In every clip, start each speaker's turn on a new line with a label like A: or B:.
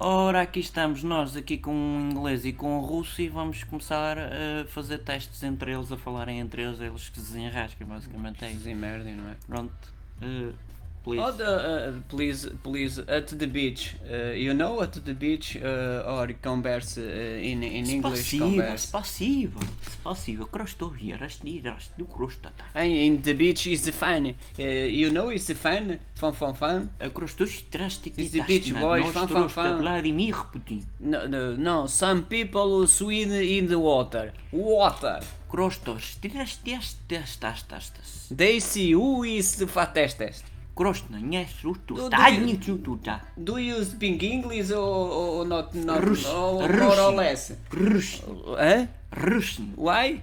A: Ora, aqui estamos nós, aqui com um inglês e com um russo, e vamos começar a fazer testes entre eles, a falarem entre eles, eles que se desenrascam, basicamente é isso.
B: Easy merda, não é?
A: Pronto, eh, please.
B: Oh, the, uh, please, please, at the beach. Uh, you know, at the beach, uh, or converse uh, in, in English,
A: Спасибо,
B: converse.
A: спасибо, спасибо, красота, расти, расти, красота.
B: And in the beach is the fun. Uh, you know, it's the fun, fun, fun, fun.
A: Крастущий трасти
B: Is the beach boy, fan, fan, fan.
A: Vladimir Putin.
B: No, no, no. Some people swim in the water. Water.
A: Кростос, трастястястастастас.
B: They see who is the fattest.
A: Кростно, не суту,
B: Dudu.
A: тайницу тута.
B: Do you speak English or, or not? not
A: Rus,
B: or, more or less.
A: Russian, Russian,
B: Huh?
A: Russian,
B: Why?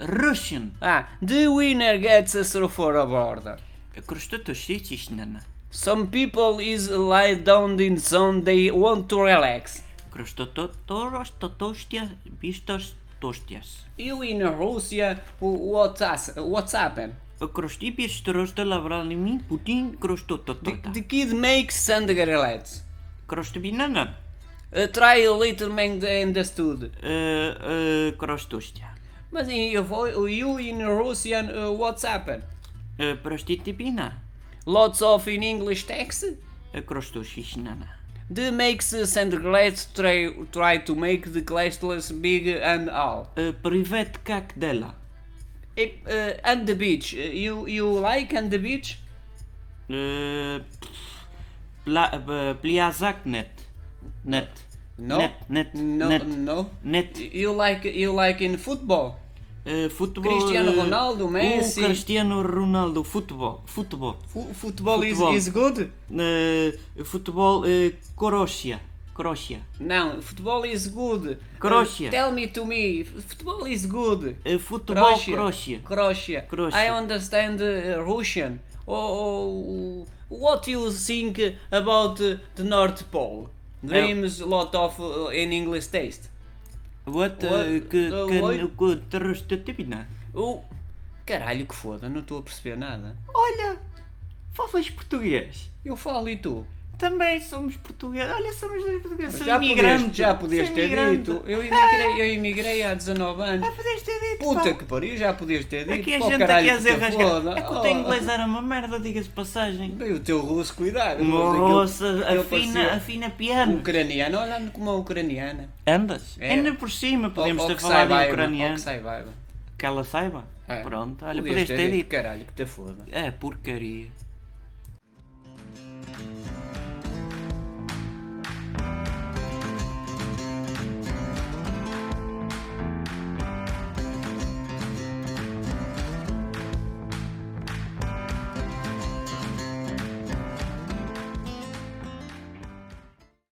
A: Russian.
B: Ah, the winner gets a throw for a border.
A: Крастото сетишнана.
B: Some people is lie down in sun, they want to relax.
A: Крастото торостотостя, бистос тостяс.
B: You in Russia, wh- what's, us, what's happened?
A: Крости бистороста лавралими Путин крастото
B: The,
A: тота.
B: the kid makes sand grenades.
A: Кросто бинана,
B: Uh, try a little man understood.
A: e, крастостя.
B: But in your vo- you in Russian, uh, what's happened?
A: E, Простите бина,
B: Lots of in English text?
A: кросто шишнана.
B: The makes uh, sand grenades try, try to make the classless big and all.
A: E, Привет, как дела?
B: Eh, uh, and the beach, uh, you you like and the beach?
A: Eh, pff, pla- eh, Pliazak net. Net.
B: No.
A: Net, net,
B: No,
A: net.
B: no.
A: Net.
B: You like you like in football?
A: Eh, futebol.
B: Cristiano
A: eh,
B: Ronaldo, Messi.
A: o Cristiano Ronaldo, futebol. Futebol.
B: Fu- football,
A: Football.
B: is is good.
A: Eh, futebol, eh, Croácia. Croácia.
B: Não, football is good.
A: Croácia.
B: Uh, tell me to me, f- football is good.
A: Eh, futebol, Croácia.
B: Croácia.
A: Croácia.
B: I understand uh, Russian. Oh, oh, what you think about uh, the North Pole? Dreams lot of uh, in English taste.
A: What? eh,
B: What?
A: que-
B: Eh,
A: que-
B: what?
A: que é? terrestatina.
B: Oh, caralho que foda, não estou a perceber nada.
A: Olha, falas português.
B: Eu falo e tu?
A: Também somos portugueses. Olha, somos dois portugueses. Sou
B: já
A: imigrante.
B: podias, já podias
A: Sou
B: ter
A: imigrante.
B: dito. Eu emigrei, eu emigrei há 19 anos.
A: Ah, podias Ah, ter dito.
B: Puta
A: pá.
B: que pariu, já podias ter dito.
A: Aqui a
B: Pô,
A: gente tá
B: caralho,
A: aqui a
B: que te
A: rasgar.
B: foda.
A: É que o teu
B: Oh,
A: inglês era uma merda, diga-se de passagem.
B: Bem, o teu russo, cuidado.
A: Nossa,
B: Aquilo- aquilo
A: afina,
B: parecia
A: afina
B: um
A: piano.
B: Ucraniano, olha como uma ucraniana.
A: Andas?
B: É.
A: Ainda por cima, podemos
B: Ou- ou
A: ter
B: que
A: falado
B: saiba,
A: em
B: ou
A: ucraniano.
B: que saiba, Eva.
A: Que ela saiba.
B: É.
A: Pronto, olha,
B: Podias
A: podias ter dito.
B: Caralho, que te foda.
A: É porcaria.